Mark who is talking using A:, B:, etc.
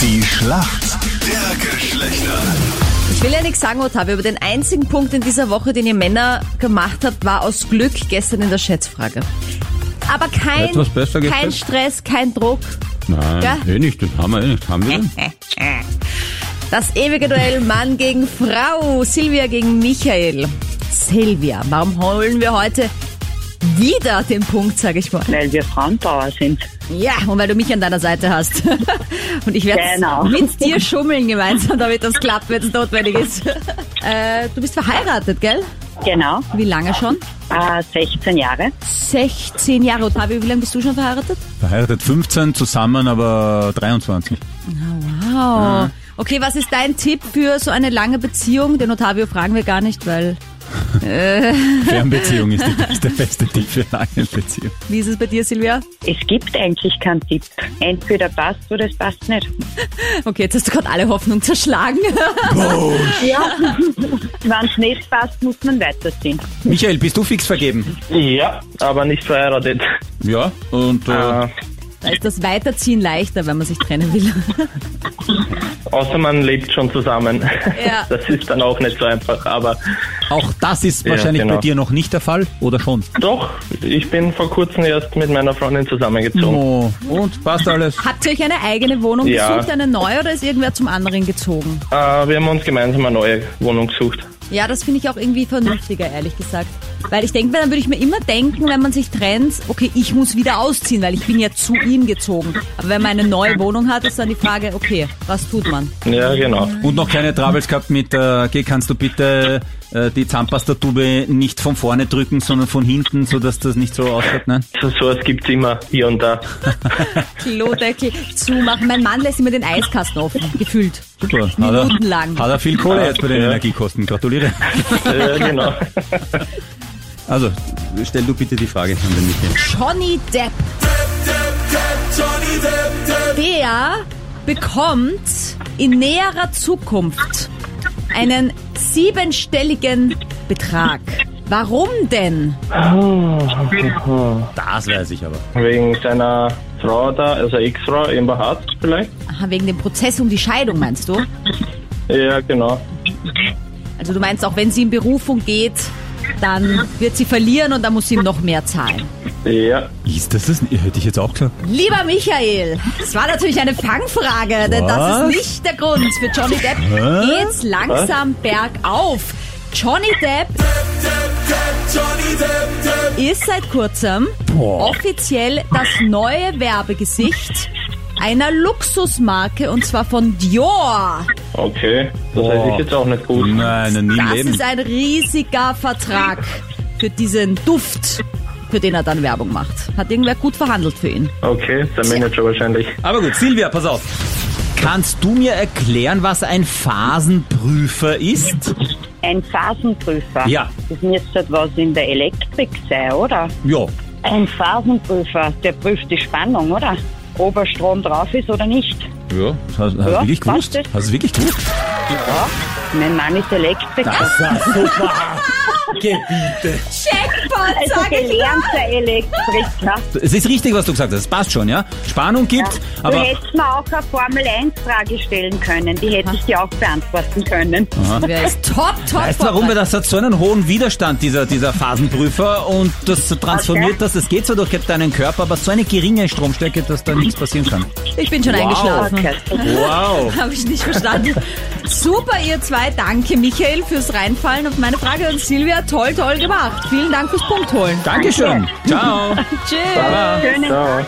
A: Die Schlacht der Geschlechter.
B: Ich will ja nichts sagen, Ottavio, aber den einzigen Punkt in dieser Woche, den ihr Männer gemacht habt, war aus Glück gestern in der Schätzfrage. Aber kein,
C: Etwas besser geht's
B: kein
C: jetzt?
B: Stress, kein Druck.
C: Nein,
B: Ja.
C: eh nicht, das haben wir eh nicht. Haben wir denn?
B: Das ewige Duell Mann gegen Frau, Silvia gegen Michael. Silvia, warum holen wir heute wieder den Punkt, sag ich mal?
D: weil wir Frauenbauer sind.
B: Ja, und weil du mich an deiner Seite hast. Und ich werde
D: Genau.
B: mit dir schummeln gemeinsam, damit das klappt, wenn es notwendig ist. Äh, du bist verheiratet, gell?
D: Genau,
B: Wie lange schon?
D: äh, 16 Jahre.
B: 16 Jahre. Ottavio, wie lange bist du schon verheiratet?
C: Verheiratet 15, zusammen aber 23.
B: Wow. Ah. Okay, was ist dein Tipp für so eine lange Beziehung? Den Ottavio fragen wir gar nicht, weil
C: Fernbeziehung ist die beste, beste Tipp für eine lange Beziehung.
B: wie ist es bei dir, Silvia?
D: Es gibt eigentlich keinen Tipp. Entweder passt oder es passt nicht.
B: Okay, jetzt hast du gerade alle Hoffnung zerschlagen.
D: Ja. Wenn es nicht passt, muss man weiterziehen.
C: Michael, bist du fix vergeben?
E: Ja, aber nicht verheiratet.
C: Ja, und äh,
E: Äh,
B: Da ist das Weiterziehen leichter, wenn man sich trennen will.
E: außer man lebt schon zusammen.
B: Ja.
E: Das ist dann auch nicht so einfach, aber
C: auch das ist
E: Ja,
C: wahrscheinlich
E: genau.
C: bei dir noch nicht der Fall, oder schon?
E: doch, ich bin vor kurzem erst mit meiner Freundin zusammengezogen.
C: Oh, und passt alles?
B: Habt ihr euch eine eigene Wohnung
E: Ja.
B: gesucht, eine neue oder ist irgendwer zum anderen gezogen?
E: Äh, wir haben uns gemeinsam eine neue Wohnung gesucht.
B: Ja, das finde ich auch irgendwie vernünftiger, ehrlich gesagt. Weil ich denke mir, dann würde ich mir immer denken, wenn man sich trennt, okay, ich muss wieder ausziehen, weil ich bin ja zu ihm gezogen. Aber wenn man eine neue Wohnung hat, ist dann die Frage, okay, was tut man?
E: Ja, genau.
C: Und noch keine Troubles gehabt mit, äh, geh, kannst du bitte äh, die Zahnpastatube nicht von vorne drücken, sondern von hinten, sodass das nicht so ausschaut, nein?
E: So sowas gibt's immer hier und da.
B: Klodeckel zumachen. Mein Mann lässt immer den Eiskasten offen, gefühlt.
C: Super. Hat
B: Minutenlang.
C: er, hat er viel Kohle jetzt bei den
E: Ja.
C: Energiekosten. Gratuliere.
E: Ja, genau.
C: Also, stell du bitte die Frage an den Michael.
B: Johnny Depp. Der bekommt in näherer Zukunft einen siebenstelligen Betrag. Warum denn?
C: Das weiß ich aber.
E: Wegen seiner Frau da, also Ex-Frau, Amber Hart vielleicht.
B: Aha, wegen dem Prozess um die Scheidung meinst du?
E: Ja, genau.
B: Also du meinst, auch wenn sie in Berufung geht, dann wird sie verlieren und dann muss sie ihm noch mehr zahlen.
E: Ja,
C: Ist das das? Hätte ich jetzt auch gesagt.
B: Lieber Michael, es war natürlich eine Fangfrage, denn das
C: Was?
B: ist nicht der Grund. Für Johnny Depp geht's langsam bergauf. Johnny Depp ist seit kurzem offiziell das neue Werbegesicht einer Luxusmarke und zwar von Dior.
E: okay. Das
C: Boah.
E: weiß ich jetzt auch nicht gut.
C: Nein, nie im
B: Das
C: Leben.
B: ist ein riesiger Vertrag für diesen Duft, für den er dann Werbung macht. Hat irgendwer gut verhandelt für ihn.
E: Okay, der Manager wahrscheinlich.
C: Aber gut, Silvia, pass auf. Kannst du mir erklären, was ein Phasenprüfer ist?
D: Ein Phasenprüfer.
C: Ja.
D: Das müsste etwas in der Elektrik sein, oder?
C: Ja.
D: Ein Phasenprüfer, der prüft die Spannung, oder? Ob ein Strom drauf ist oder nicht.
C: Ja. Hast, hast du
D: Ja,
C: wirklich
D: passt
C: gewusst?
D: das?
C: Hast du wirklich gewusst?
D: Mein Mann ist Elektriker.
C: war super. Gebiete.
B: Jackpot,
D: also
B: sag ich
D: gelernter Elektriker.
C: Es ist richtig, was du gesagt hast. Es passt schon, ja? Spannung gibt,
D: du
C: aber...
D: hättest mir auch eine Formel-1-Frage stellen können. Die hätte ich dir auch beantworten können.
B: Wer ist top, top,
C: Weißt du,
B: top.
C: warum? Weil das hat so einen hohen Widerstand, dieser, dieser Phasenprüfer, und das transformiert
D: Okay.
C: das. Es geht zwar durch deinen Körper, aber so eine geringe Stromstärke, dass da nichts passieren kann.
B: Ich bin schon eingeschlafen.
D: Okay.
C: Mm-hmm. Wow.
B: Habe ich nicht verstanden. Super, ihr zwei. Danke, Michael, fürs Reinfallen auf meine Frage. Und Silvia, toll, toll gemacht. Vielen Dank fürs Punktholen.
C: Dankeschön. Ciao.
B: Tschüss.
D: Schönen
E: Ciao.